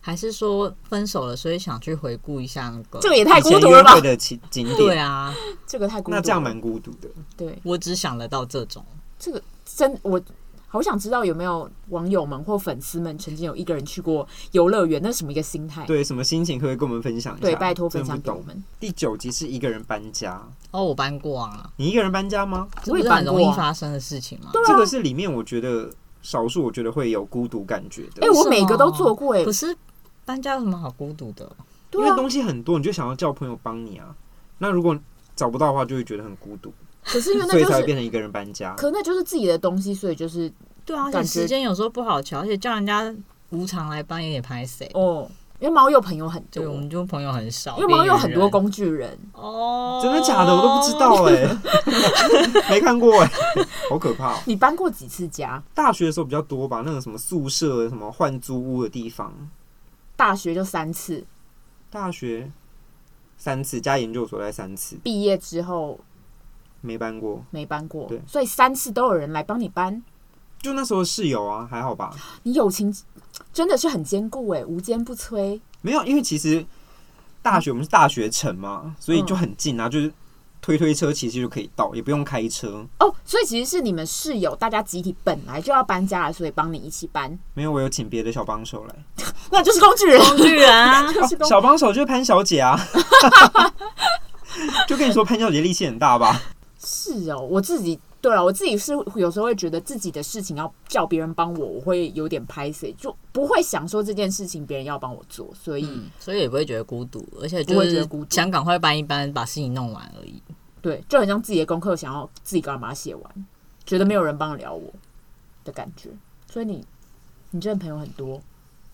[SPEAKER 3] 还是说分手了，所以想去回顾一下那个？
[SPEAKER 2] 这个也太
[SPEAKER 1] 以前
[SPEAKER 2] 孤独了
[SPEAKER 1] 约
[SPEAKER 2] 吧
[SPEAKER 1] 会？的景景
[SPEAKER 3] 对
[SPEAKER 1] 点，
[SPEAKER 3] 啊，
[SPEAKER 2] 这个太孤独了。
[SPEAKER 1] 那这样蛮孤独的。
[SPEAKER 2] 对，
[SPEAKER 3] 我只想得到这种。
[SPEAKER 2] 这个真我好想知道有没有网友们或粉丝们曾经有一个人去过游乐园，那是什么一个心态？
[SPEAKER 1] 对，什么心情可不可以跟我们分享一下？
[SPEAKER 2] 对，拜托
[SPEAKER 1] 真
[SPEAKER 2] 分
[SPEAKER 1] 的
[SPEAKER 2] 享
[SPEAKER 1] 不
[SPEAKER 2] 给我
[SPEAKER 1] 懂。
[SPEAKER 2] 们。
[SPEAKER 1] 第九集是一个人搬家，
[SPEAKER 3] 哦，我搬过啊，
[SPEAKER 1] 你一个人搬家吗？
[SPEAKER 3] 这
[SPEAKER 2] 我
[SPEAKER 3] 不
[SPEAKER 2] 也
[SPEAKER 3] 是很
[SPEAKER 2] 搬
[SPEAKER 3] 容易
[SPEAKER 2] 过啊。
[SPEAKER 3] 发生的事情吗？
[SPEAKER 2] 对啊
[SPEAKER 1] 这个是里面我觉得少数我觉得会有孤独感觉的
[SPEAKER 2] 哎、，我每个都做过哎、
[SPEAKER 3] 可是搬家有什么好孤独的？
[SPEAKER 1] 因
[SPEAKER 2] 对
[SPEAKER 1] 为
[SPEAKER 2] 啊。
[SPEAKER 1] 东西很多，你就想要叫朋友帮你啊。那如果找不到的话，就会觉得很孤独，
[SPEAKER 2] 可是因啊为那
[SPEAKER 1] 所以
[SPEAKER 2] 就
[SPEAKER 1] 才会
[SPEAKER 2] 是，
[SPEAKER 1] 变成一个人搬家。
[SPEAKER 2] 可那就是自己的东西，所以就是
[SPEAKER 3] 对啊，而且
[SPEAKER 2] 感觉
[SPEAKER 3] 时间有时候不好瞧，而且叫人家无偿来搬有点拍谁。
[SPEAKER 2] 哦，因为猫友朋友很多
[SPEAKER 3] 对，，我们就朋友很少，
[SPEAKER 2] 因为猫友
[SPEAKER 3] 边缘
[SPEAKER 2] 很多
[SPEAKER 3] 人
[SPEAKER 2] 工具人，
[SPEAKER 3] 哦，
[SPEAKER 1] 真的假的？我都不知。道
[SPEAKER 2] 哦
[SPEAKER 1] 哎、 没看过哎、好可怕、哦。
[SPEAKER 2] 你搬过几次家？
[SPEAKER 1] 大学的时候比较多吧，那种什么宿舍、什么换租屋的地方，
[SPEAKER 2] 大学就三次，
[SPEAKER 1] 大学三次加研究所再三次，
[SPEAKER 2] 毕业之后
[SPEAKER 1] 没搬过。
[SPEAKER 2] 没搬过
[SPEAKER 1] 对，
[SPEAKER 2] 所以三次都有人来帮你搬。
[SPEAKER 1] 就那时候室友啊，还好吧？
[SPEAKER 2] 你友情真的是很坚固哎、无坚不摧。
[SPEAKER 1] 没有，因为其实大学我们是大学城嘛，所以就
[SPEAKER 2] 嗯
[SPEAKER 1] 很近啊，就是推推车其实就可以到，也不用开车。
[SPEAKER 2] 哦，所以其实是你们室友大家集体本来就要搬家了，所以帮你一起搬，
[SPEAKER 1] 没有，我有请别的小帮手来，
[SPEAKER 2] 那就是工 具人，
[SPEAKER 3] 工具人啊，
[SPEAKER 2] 就是工。
[SPEAKER 1] 小帮手就是潘小姐 啊。就跟你说，潘小姐力气很大吧？
[SPEAKER 2] 是哦，我自己对了，我自己是有时候会觉得自己的事情要叫别人帮我，我会有点拍谁，就不会想说这件事情别人要帮我做，所以、
[SPEAKER 3] 嗯所以也不会觉得孤独，而且
[SPEAKER 2] 不
[SPEAKER 3] 就
[SPEAKER 2] 会觉得
[SPEAKER 3] 是
[SPEAKER 2] 孤独
[SPEAKER 3] 想赶快搬一搬，把事情弄完而已。
[SPEAKER 2] 对，就很像自己的功课想要自己赶快把它写完，觉得没有人帮得了我的感觉。所以你，你真的朋友很多，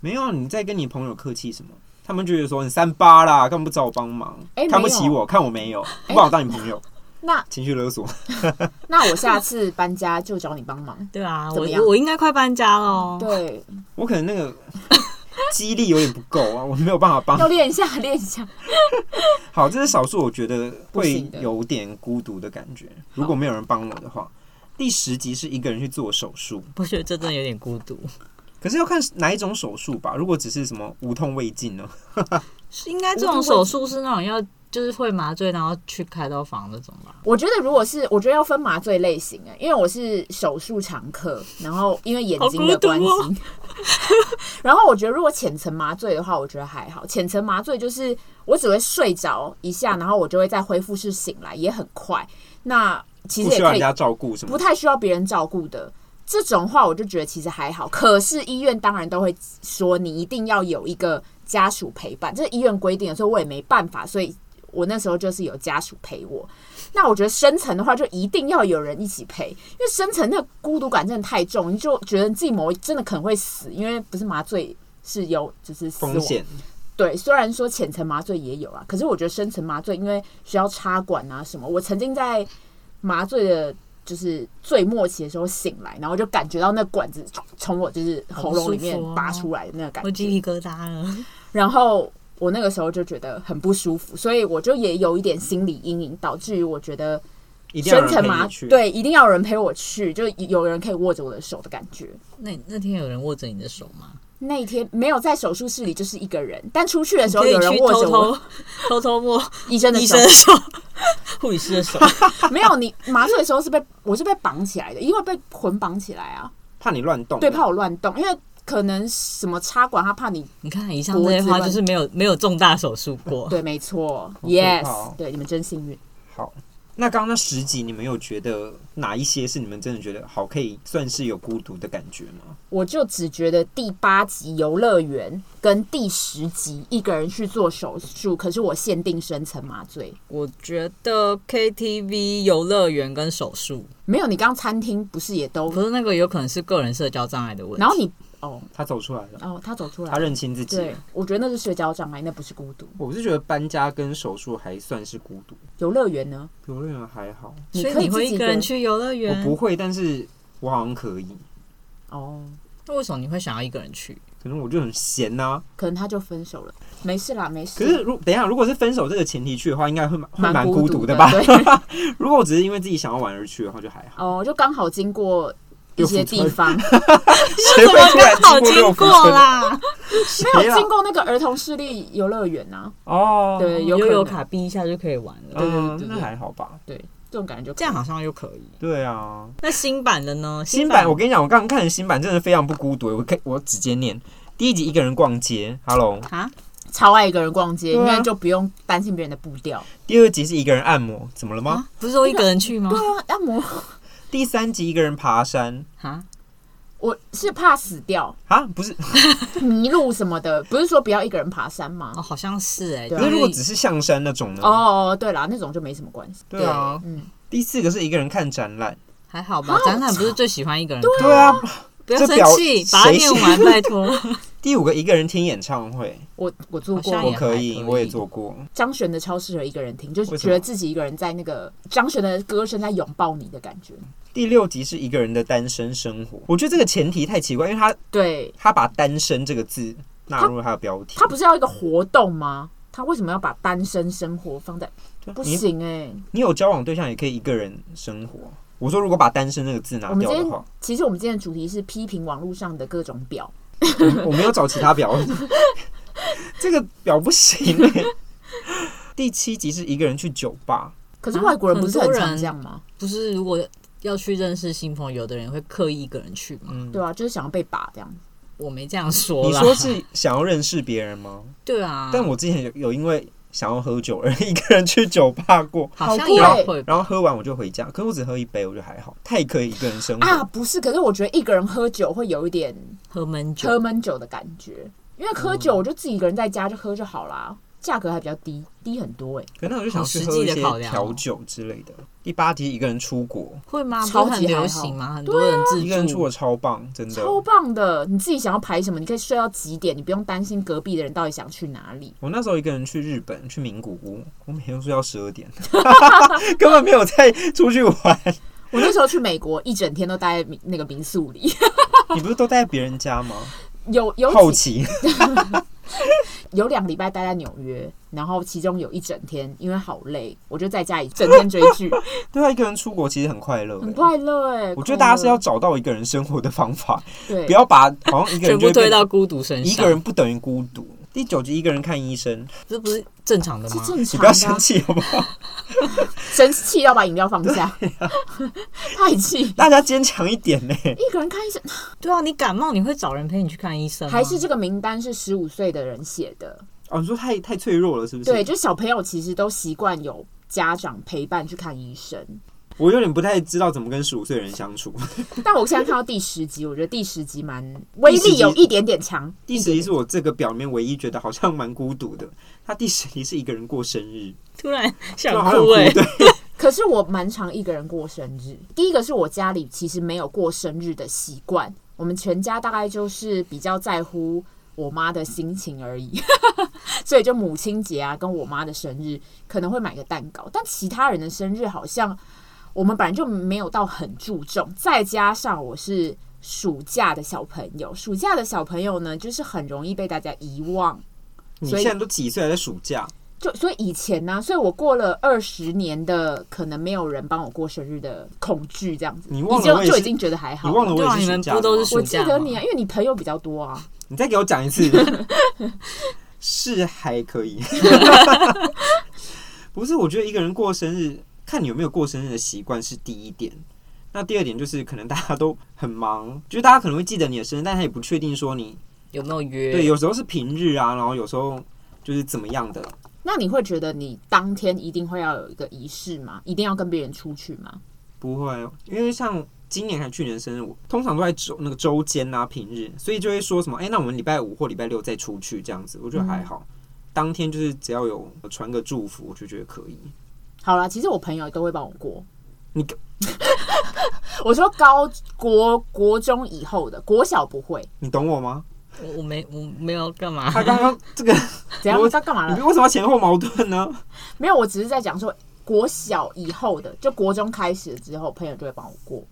[SPEAKER 1] 没有，啊你在跟你朋友客气什么？他们就觉得说你三八啦，干嘛不找我帮忙？
[SPEAKER 2] 哎
[SPEAKER 1] 看不
[SPEAKER 2] 没有哎
[SPEAKER 1] 起我，看我没有，不把我当你朋友，
[SPEAKER 2] 那
[SPEAKER 1] 情绪勒索。
[SPEAKER 2] 那我下次搬家就找你帮忙。
[SPEAKER 3] 对啊，
[SPEAKER 2] 怎
[SPEAKER 3] 我
[SPEAKER 2] 么样
[SPEAKER 3] 我应该快搬家喽。
[SPEAKER 2] 对，
[SPEAKER 1] 我可能那个 激励有点不够啊，我没有办法帮
[SPEAKER 2] 要练一下，练一下。
[SPEAKER 1] 好，这是少数我觉得
[SPEAKER 2] 不
[SPEAKER 1] 会
[SPEAKER 2] 行的
[SPEAKER 1] 有点孤独的感觉。如果没有人帮我的话，第十集是一个人去做手术，
[SPEAKER 3] 我觉得这真的有点孤独，
[SPEAKER 1] 可是要看哪一种手术吧。如果只是什么无痛胃镜呢？
[SPEAKER 3] 是应该这种手术是那种要就是会麻醉，然后去开刀房那种吧？
[SPEAKER 2] 我觉得如果是，我觉得要分麻醉类型哎、因为我是手术常客，然后因为眼睛的关系，
[SPEAKER 3] 好孤哦
[SPEAKER 2] 然后我觉得如果浅层麻醉的话，我觉得还好。浅层麻醉就是我只会睡着一下，然后我就会在恢复室醒来，也很快。那其实
[SPEAKER 1] 不
[SPEAKER 2] 也
[SPEAKER 1] 需要
[SPEAKER 2] 可
[SPEAKER 1] 人
[SPEAKER 2] 以
[SPEAKER 1] 家照顾什
[SPEAKER 2] 不
[SPEAKER 1] 么？
[SPEAKER 2] 太需要别人照顾的这种话，我就觉得其实还好。可是医院当然都会说你一定要有一个家属陪伴，这是医院规定的，所以我也没办法，所以我那时候就是有家属陪我。那我觉得深层的话，就一定要有人一起陪，因为深层那个孤独感真的太重，你就觉得自己某一真的可能会死，因为不是麻醉是有就是死
[SPEAKER 1] 风
[SPEAKER 2] 亡
[SPEAKER 1] 险
[SPEAKER 2] 对，虽然说浅层麻醉也有啊，可是我觉得深层麻醉因为需要插管啊什么，我曾经在麻醉的。就是最末期的时候醒来，然后就感觉到那管子从我就是喉咙里面
[SPEAKER 3] 好不舒服哦
[SPEAKER 2] 拔出来的那个感
[SPEAKER 3] 我鸡
[SPEAKER 2] 觉，
[SPEAKER 3] 皮疙瘩了。
[SPEAKER 2] 然后我那个时候就觉得很不舒服，所以我就也有一点心理阴影，导致于我觉得
[SPEAKER 1] 一定要
[SPEAKER 2] 深
[SPEAKER 1] 有人
[SPEAKER 2] 层
[SPEAKER 1] 陪
[SPEAKER 2] 麻
[SPEAKER 1] 你去。，
[SPEAKER 2] 对一定要有人陪我去，就有人可以握着我的手的感觉。
[SPEAKER 3] 那那天有人握着你的手吗？
[SPEAKER 2] 那一天没有在手术室里就是一个人，但出去的时候
[SPEAKER 3] 可以
[SPEAKER 2] 有人
[SPEAKER 3] 去
[SPEAKER 2] 握
[SPEAKER 3] 偷
[SPEAKER 2] 着我
[SPEAKER 3] 偷 偷偷摸
[SPEAKER 2] 医生的
[SPEAKER 3] 医
[SPEAKER 2] 手
[SPEAKER 3] 生的手、 护理 师的手。
[SPEAKER 2] 没有，你麻醉的时候是被我是被绑起来的，因为被捆绑起来啊。
[SPEAKER 1] 怕你乱动，
[SPEAKER 2] 对，怕我乱动，因为可能什么插管，他怕你
[SPEAKER 3] 你看以上这些话就是没有没有重大手术过，
[SPEAKER 2] 对，没错
[SPEAKER 1] 可
[SPEAKER 2] ，yes，、
[SPEAKER 1] 怕哦
[SPEAKER 2] 对，你们真幸运。
[SPEAKER 1] 好，那刚刚那十集，你们有觉得哪一些是你们真的觉得好，可以算是有孤独的感觉吗？
[SPEAKER 2] 我就只觉得第八集游乐园跟第十集一个人去做手术，可是我限定深层麻醉，
[SPEAKER 3] 我觉得 KTV、游乐园跟手术，
[SPEAKER 2] 没有你刚餐厅不是也都，
[SPEAKER 3] 不是那个有可能是个人社交障碍的问题
[SPEAKER 2] 然。后你哦
[SPEAKER 1] 他走出来了，
[SPEAKER 2] 哦，他走出来
[SPEAKER 1] 他
[SPEAKER 2] 了，
[SPEAKER 1] 认清自己
[SPEAKER 2] 对
[SPEAKER 1] 了。，
[SPEAKER 2] 我觉得那是社交障碍，那不是孤独。
[SPEAKER 1] 我是觉得搬家跟手术还算是孤独，
[SPEAKER 2] 游乐园呢，
[SPEAKER 1] 游乐园还好，
[SPEAKER 3] 所以
[SPEAKER 2] 可以
[SPEAKER 3] 你
[SPEAKER 2] 自
[SPEAKER 3] 会
[SPEAKER 2] 己
[SPEAKER 3] 一
[SPEAKER 2] 一
[SPEAKER 3] 个
[SPEAKER 2] 个
[SPEAKER 3] 人去游乐
[SPEAKER 1] 我
[SPEAKER 3] 园？
[SPEAKER 1] 不会，但是我好像可以，
[SPEAKER 2] 哦，
[SPEAKER 3] 那为什么你会想要一个 人去？
[SPEAKER 1] 可能我就很闲呐、
[SPEAKER 2] 可能他就分手了，没事啦，没事。
[SPEAKER 1] 可是如等一下，如果是分手这个前提去的话，应该会蛮会蛮
[SPEAKER 2] 孤
[SPEAKER 1] 孤
[SPEAKER 2] 独
[SPEAKER 1] 独的吧？
[SPEAKER 2] 对
[SPEAKER 1] 如果我只是因为自己想要玩而去的话，就还 好。
[SPEAKER 2] 哦，就刚好经过一些地方，
[SPEAKER 1] 谁会突然
[SPEAKER 3] 好
[SPEAKER 1] 经
[SPEAKER 3] 经
[SPEAKER 1] 六福
[SPEAKER 3] 过
[SPEAKER 1] 村？
[SPEAKER 3] 啦，
[SPEAKER 2] 没
[SPEAKER 1] 谁
[SPEAKER 2] 有
[SPEAKER 1] 啊
[SPEAKER 2] 经过那个儿童视力游乐园呐，
[SPEAKER 1] 哦，
[SPEAKER 2] 对
[SPEAKER 3] 悠
[SPEAKER 2] 有可能
[SPEAKER 3] 游卡逼一下就可以玩了，
[SPEAKER 1] 嗯，
[SPEAKER 2] 对对对对
[SPEAKER 1] 那还好吧？
[SPEAKER 2] 对，这种感觉就
[SPEAKER 3] 这样好像又可以。
[SPEAKER 1] 对啊，
[SPEAKER 3] 那新版的呢？
[SPEAKER 1] 新版我跟你讲，我刚刚看的新版真的非常不孤独，我可以我直接念第一集一个人逛街，Hello；
[SPEAKER 3] 啊，
[SPEAKER 2] 超爱一个人逛街，
[SPEAKER 1] 对啊
[SPEAKER 2] 因为就不用担心别人的步调。
[SPEAKER 1] 第二集是一个人按摩，怎么了吗？
[SPEAKER 3] 啊不是说一个人去吗？
[SPEAKER 2] 对啊，按摩
[SPEAKER 1] 第三集一个人爬山，
[SPEAKER 3] 啊，
[SPEAKER 2] 我是怕死掉、
[SPEAKER 1] 啊，不是，
[SPEAKER 2] 迷路什么的，不是说不要一个人爬山吗
[SPEAKER 3] 哦，？好像是哎、
[SPEAKER 2] 对啊
[SPEAKER 1] 可是
[SPEAKER 3] 因
[SPEAKER 1] 如
[SPEAKER 3] 为
[SPEAKER 1] 果只是象山那种呢？，
[SPEAKER 2] 哦，对啦，那种就没什么关系。
[SPEAKER 1] 对啊。
[SPEAKER 2] 嗯，
[SPEAKER 1] 第四个是一个人看展览，
[SPEAKER 3] 还好
[SPEAKER 2] 啊
[SPEAKER 3] 吧，展览不是最喜欢一个人看，
[SPEAKER 1] 对啊。
[SPEAKER 3] 不要
[SPEAKER 1] 这
[SPEAKER 3] 生
[SPEAKER 1] 表
[SPEAKER 3] 气，把它
[SPEAKER 1] 谁
[SPEAKER 3] 念完，拜托。
[SPEAKER 1] 第五个一个人听演唱会，
[SPEAKER 2] 我我做
[SPEAKER 3] 好像
[SPEAKER 2] 过
[SPEAKER 3] 也
[SPEAKER 1] 我可以，
[SPEAKER 3] 还可以
[SPEAKER 1] 我也做过。
[SPEAKER 2] 张悬的超适合一个人听，就是
[SPEAKER 1] 为什
[SPEAKER 2] 觉
[SPEAKER 1] 么
[SPEAKER 2] 得自己一个人在那个张悬的歌声在拥抱你的感觉。
[SPEAKER 1] 第六集是一个人的单身生活，我觉得这个前提太奇怪，因为他
[SPEAKER 2] 对
[SPEAKER 1] 他把单身这个字纳入了他的标题，
[SPEAKER 2] 他不是要一个活动吗？他为什么要把单身生活放在？
[SPEAKER 1] 对
[SPEAKER 2] 不
[SPEAKER 1] 你
[SPEAKER 2] 行哎、
[SPEAKER 1] 你有交往对象也可以一个人生活。我说如果把单身这个字拿
[SPEAKER 2] 我们
[SPEAKER 1] 掉
[SPEAKER 2] 今
[SPEAKER 1] 的
[SPEAKER 2] 天
[SPEAKER 1] 话，
[SPEAKER 2] 其实我们今天的主题是批评网络上的各种表，
[SPEAKER 1] 我我没有找其他表， 这个表不行、欸。第七集是一个人去酒吧，
[SPEAKER 2] 可是
[SPEAKER 3] 啊
[SPEAKER 2] 外国人不是
[SPEAKER 3] 很
[SPEAKER 2] 很
[SPEAKER 3] 多
[SPEAKER 2] 常
[SPEAKER 3] 人
[SPEAKER 2] 这样吗？
[SPEAKER 3] 不是，如果要去认识新朋友，有的人会刻意一个人去吗？
[SPEAKER 1] 嗯，
[SPEAKER 2] 对啊，就是想要被把这样。
[SPEAKER 3] 我没这样说
[SPEAKER 1] 你
[SPEAKER 3] 啦。
[SPEAKER 1] 说是想要认识别人吗？
[SPEAKER 3] 对啊，
[SPEAKER 1] 但我之前有有因为想要喝酒而 一个人去酒吧过，
[SPEAKER 3] 好
[SPEAKER 2] 好欸
[SPEAKER 3] 像
[SPEAKER 2] 贵
[SPEAKER 3] 也会吧。
[SPEAKER 1] 然后喝完我就回家，可是我只喝一杯，我就还好。太可以一个人生活，
[SPEAKER 2] 啊，不是，可是我觉得一个人喝酒会有一点
[SPEAKER 3] 喝闷
[SPEAKER 2] 喝
[SPEAKER 3] 酒，
[SPEAKER 2] 闷酒的感觉，因为喝酒我就自己一个人在家就喝就好啦，价格还比较低，低很多哎、
[SPEAKER 1] 可能我就想去
[SPEAKER 3] 好实
[SPEAKER 1] 喝
[SPEAKER 3] 际
[SPEAKER 1] 一
[SPEAKER 3] 的
[SPEAKER 1] 些
[SPEAKER 3] 考量哦
[SPEAKER 1] 调酒之类的。第八题一个人出国，
[SPEAKER 3] 会吗？
[SPEAKER 2] 超
[SPEAKER 3] 不
[SPEAKER 2] 级
[SPEAKER 3] 是很流行吗？很多人自
[SPEAKER 1] 一个人出
[SPEAKER 3] 助
[SPEAKER 1] 国，超棒，真的。
[SPEAKER 2] 超棒的！你自己想要排什么，你可以睡到几点，你不用担心隔壁的人到底想去哪里。
[SPEAKER 1] 我那时候一个人去日本，去名古屋，我每天都睡到十二点， 根本没有再出去 玩。
[SPEAKER 2] 我那时候去美国，一整天都待在民那个民宿里，
[SPEAKER 1] 你不是都待在别人家吗？
[SPEAKER 2] 有有
[SPEAKER 1] 好
[SPEAKER 2] 几
[SPEAKER 1] 奇，
[SPEAKER 2] 有两个礼拜待在纽约，然后其中有一整天，因为好累，我就在家里整天追 剧，
[SPEAKER 1] 对啊，一个人出国其实很快乐、
[SPEAKER 2] 很
[SPEAKER 1] 欸。
[SPEAKER 2] 快乐哎、
[SPEAKER 1] 我觉得大家是要
[SPEAKER 2] 快
[SPEAKER 1] 找到一个人生活的方法，
[SPEAKER 2] 乐对，
[SPEAKER 1] 不要把好像一个
[SPEAKER 3] 全
[SPEAKER 1] 人就
[SPEAKER 3] 部
[SPEAKER 1] 会
[SPEAKER 3] 推
[SPEAKER 1] 变
[SPEAKER 3] 到孤独身上。
[SPEAKER 1] 一个人不等于孤独。第九集一个人看医 生，
[SPEAKER 3] 这不是正常的
[SPEAKER 2] 是
[SPEAKER 3] 吗？
[SPEAKER 2] 正
[SPEAKER 1] 你
[SPEAKER 2] 常
[SPEAKER 1] 不要
[SPEAKER 2] 的
[SPEAKER 1] 生
[SPEAKER 2] 啊、
[SPEAKER 1] 气好不好？
[SPEAKER 2] 生气要把饮料放 下，
[SPEAKER 1] 啊
[SPEAKER 2] 太气。
[SPEAKER 1] 大家坚强一点呢、
[SPEAKER 2] 一个人看医生，
[SPEAKER 3] 对啊，你感冒你会找人陪你去看医
[SPEAKER 1] 嗯
[SPEAKER 3] 生吗？
[SPEAKER 2] 还是这个名单是十五岁的人写的？
[SPEAKER 1] 哦，你说太太脆弱了是不是？
[SPEAKER 2] 对，就小朋友其实都习惯有家长陪伴去看医生。
[SPEAKER 1] 我有点不太知道怎么跟十五岁的人相处。
[SPEAKER 2] 但我现在看到第十集，我觉得第十集蛮威力有一点点强。
[SPEAKER 1] 第十集是我这个表里面唯一觉得好像蛮孤独的。他第十集是一个人过生日，
[SPEAKER 3] 突 然想
[SPEAKER 1] 就好想
[SPEAKER 3] 哭
[SPEAKER 1] 哭。
[SPEAKER 3] 哎、
[SPEAKER 1] 对，
[SPEAKER 2] 可是我蛮常一个人过生日。第一个是我家里其实没有过生日的习惯，我们全家大概就是比较在乎我妈的心情而已， 所以就母亲节啊，跟我妈的生日可能会买个蛋糕，但其他人的生日好像我们本来就没有到很注重，再加上我是。暑假的小朋友，暑假的小朋友呢，就是很容易被大家遗忘，
[SPEAKER 1] 你
[SPEAKER 2] 所以
[SPEAKER 1] 现在都几岁还在暑假？
[SPEAKER 2] 就所以以前呢、所以我过了二十年的可能没有人帮我过生日的恐惧，这样子，
[SPEAKER 1] 你忘了
[SPEAKER 2] 已经
[SPEAKER 1] 我也
[SPEAKER 2] 就是已经觉得还好。
[SPEAKER 1] 你忘了
[SPEAKER 3] 对啊
[SPEAKER 1] 我也
[SPEAKER 3] 你
[SPEAKER 1] 是
[SPEAKER 3] 们
[SPEAKER 1] 暑假的吗，
[SPEAKER 3] 不都是暑
[SPEAKER 2] 我记得你
[SPEAKER 3] 暑假
[SPEAKER 2] 啊，
[SPEAKER 3] 吗
[SPEAKER 2] 因为你朋友比较多啊。
[SPEAKER 1] 你再给我讲一次，是还可以。 不是，我觉得一个人过生日，看你有没有过生日的习惯是第一点。那第二点就是，可能大家都很忙， 就是大家可能会记得你的生日，但他也不确定说你
[SPEAKER 3] 有没有约？
[SPEAKER 1] 对，有时候是平日啊，然后有时候就是怎么样的。
[SPEAKER 2] 那你会觉得你当天一定会要有一个仪式吗？一定要跟别人出去吗？
[SPEAKER 1] 不会，因为像今年还去年生日，我通常都在周那个周间啊平日，所以就会说什么，哎、那我们礼拜五或礼拜六再出去这样子，我觉得还好。当天就是只要有呃传个祝福，我就觉得可以。
[SPEAKER 2] 好啦，其实我朋友都会帮我过。
[SPEAKER 1] 你
[SPEAKER 2] 我说高国国中以后的，国小不会。
[SPEAKER 1] 你懂我吗？
[SPEAKER 3] 我我没我没有干嘛？
[SPEAKER 1] 他刚刚这个，
[SPEAKER 2] 怎样？
[SPEAKER 1] 我
[SPEAKER 2] 你知道干嘛
[SPEAKER 1] 你
[SPEAKER 2] 了？
[SPEAKER 1] 为什么要前后矛盾呢？
[SPEAKER 2] 没有，我只是在讲说国小以后的，就国中开始了之后，朋友就会帮我过，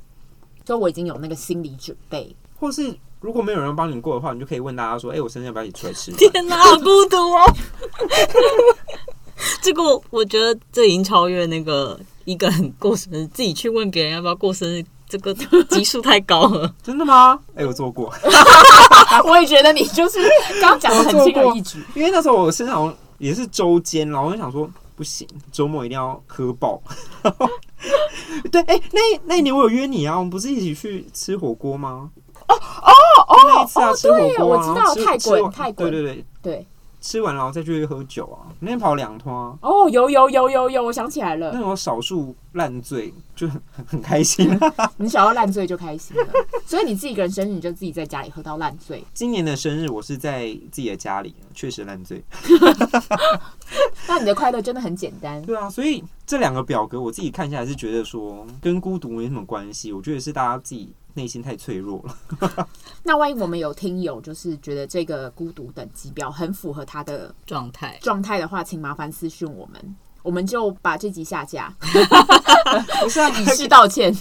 [SPEAKER 2] 所以我已经有那个心理准备。
[SPEAKER 1] 或是如果没有人帮你过的话，你就可以问大家说，哎、我生日要不要一起出来吃饭？
[SPEAKER 3] 天哪，好孤独 哦！这个我我觉得这已经超越那个一个人过生日，自己去问别人要不要过生日，这个级数太高了。
[SPEAKER 1] 真的吗？哎、我做过，
[SPEAKER 2] 我也觉得你就是刚刚讲的很轻而易举，
[SPEAKER 1] 因为那时候我身上也是周间，然后我就想说不行，周末一定要喝爆。 对，哎、那那一年我有约你啊，我们不是一起去吃火锅吗？哦哦哦，那一次啊，
[SPEAKER 2] 哦
[SPEAKER 1] 吃火
[SPEAKER 2] 对
[SPEAKER 1] 锅
[SPEAKER 2] 我
[SPEAKER 1] 啊，
[SPEAKER 2] 知
[SPEAKER 1] 然
[SPEAKER 2] 道
[SPEAKER 1] 后吃
[SPEAKER 2] 泰
[SPEAKER 1] 吃
[SPEAKER 2] 国
[SPEAKER 1] 完
[SPEAKER 2] 泰国
[SPEAKER 1] 对对对，
[SPEAKER 2] 对。
[SPEAKER 1] 吃完然后再去喝酒啊，那天跑两趟啊，
[SPEAKER 2] 哦，有有有有有，我想起来了
[SPEAKER 1] 那，种少数烂醉就很很开心。啊
[SPEAKER 2] 你想要烂醉就开心了，所以你自己一个人生日，你就自己在家里喝到烂醉。
[SPEAKER 1] 今年的生日我是在自己的家里，确实烂醉。
[SPEAKER 2] 那你的快乐真的很简单，
[SPEAKER 1] 对啊，所以这两个表格我自己看下来是觉得说跟孤独没什么关系，我觉得是大家自己内心太脆弱了。
[SPEAKER 2] 那万一我们有听友就是觉得这个孤独等级表很符合他的
[SPEAKER 3] 状态
[SPEAKER 2] 状态的话，请麻烦私讯我们，我们就把这集下架，
[SPEAKER 1] 不是啊，
[SPEAKER 2] 以 示道歉。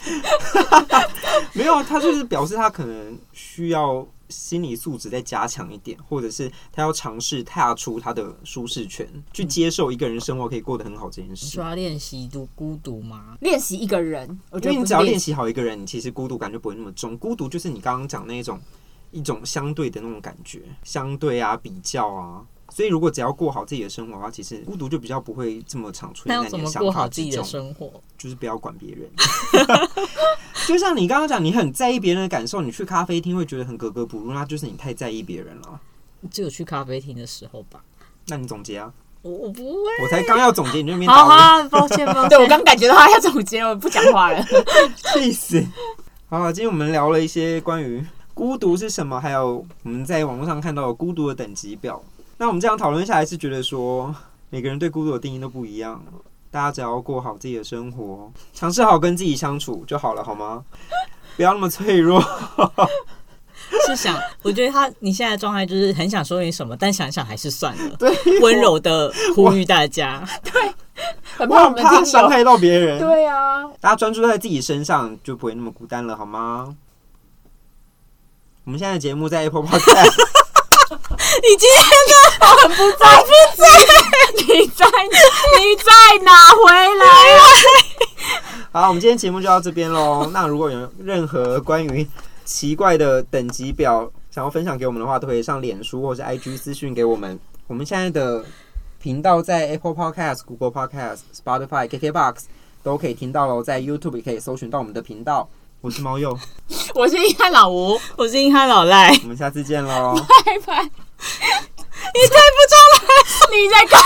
[SPEAKER 1] 没有啊，他就是表示他可能需要心理素质再加强一点，或者是他要尝试踏出他的舒适圈，去接受一个人生活可以过得很好这件
[SPEAKER 3] 你
[SPEAKER 1] 事
[SPEAKER 3] 说。要练习独孤独吗？
[SPEAKER 2] 练习一个人，我觉
[SPEAKER 1] 因为
[SPEAKER 2] 得
[SPEAKER 1] 你
[SPEAKER 2] 不
[SPEAKER 1] 只
[SPEAKER 2] 是
[SPEAKER 1] 要
[SPEAKER 2] 练
[SPEAKER 1] 练
[SPEAKER 2] 习，
[SPEAKER 1] 习好一个人，你其实孤独感就不会那么重。孤独就是你刚刚讲那一种一种相对的那种感觉，相对啊，比较啊。所以如果只要过好自己的生活的话，其实孤独就比较不会这么常出
[SPEAKER 3] 那
[SPEAKER 1] 现
[SPEAKER 3] 要
[SPEAKER 1] 在
[SPEAKER 3] 怎
[SPEAKER 1] 你的
[SPEAKER 3] 么
[SPEAKER 1] 想
[SPEAKER 3] 过
[SPEAKER 1] 法
[SPEAKER 3] 好自
[SPEAKER 1] 之
[SPEAKER 3] 己的
[SPEAKER 1] 中。
[SPEAKER 3] 生活？
[SPEAKER 1] 就是不要管别人。 就像你刚刚讲，你很在意别人的感受，你去咖啡厅会觉得很格格不入，那就是你太在意别人了。
[SPEAKER 3] 只有去咖啡厅的时候吧。
[SPEAKER 1] 那你总结啊？
[SPEAKER 3] 我我不会。
[SPEAKER 1] 我才刚要总结，你就在那边
[SPEAKER 3] 好
[SPEAKER 1] 打
[SPEAKER 3] 啊，抱歉抱 歉。
[SPEAKER 2] 对我刚感觉到他要总结，我不讲话 了。
[SPEAKER 1] 我，气死！好了，今天我们聊了一些关于孤独是什么，还有我们在网络上看到的孤独的等级表。那我们这样讨论下来，是觉得说每个人对孤独的定义都不一样。大家只要过好自己的生活，尝试好跟自己相处就好了，好吗？不要那么脆弱。
[SPEAKER 3] 是想，我觉得他你现在的状态就是很想说点什么，但想想还是算了。
[SPEAKER 1] 对，
[SPEAKER 3] 温柔的呼吁大家，
[SPEAKER 1] 我
[SPEAKER 2] 很怕我
[SPEAKER 1] 很
[SPEAKER 2] 们
[SPEAKER 1] 怕
[SPEAKER 2] 听
[SPEAKER 1] 伤
[SPEAKER 2] 友。
[SPEAKER 1] 害到别人。
[SPEAKER 2] 对啊，
[SPEAKER 1] 大家专注在自己身上，就不会那么孤单了，好吗？我们现在的节目在 Apple Podcast，
[SPEAKER 3] 你今天
[SPEAKER 2] 你在你在哪回来？啊
[SPEAKER 1] 好，我们今天节目就到这边喽。 那如果有任何关于奇怪的等级表想要分享给我们的话，都可以上脸书或是 IG 私讯给我们。我们现在的频道在 Apple Podcast、Google Podcast、Spotify、KKBox 都可以听到喽，在 YouTube 也可以搜寻到我们的频道。我是猫鼬，
[SPEAKER 2] 我是一看老 吴，
[SPEAKER 3] 我是硬汉老赖，
[SPEAKER 1] 我们下次见喽。
[SPEAKER 2] 拜拜。 你猜不出来，你在干嘛？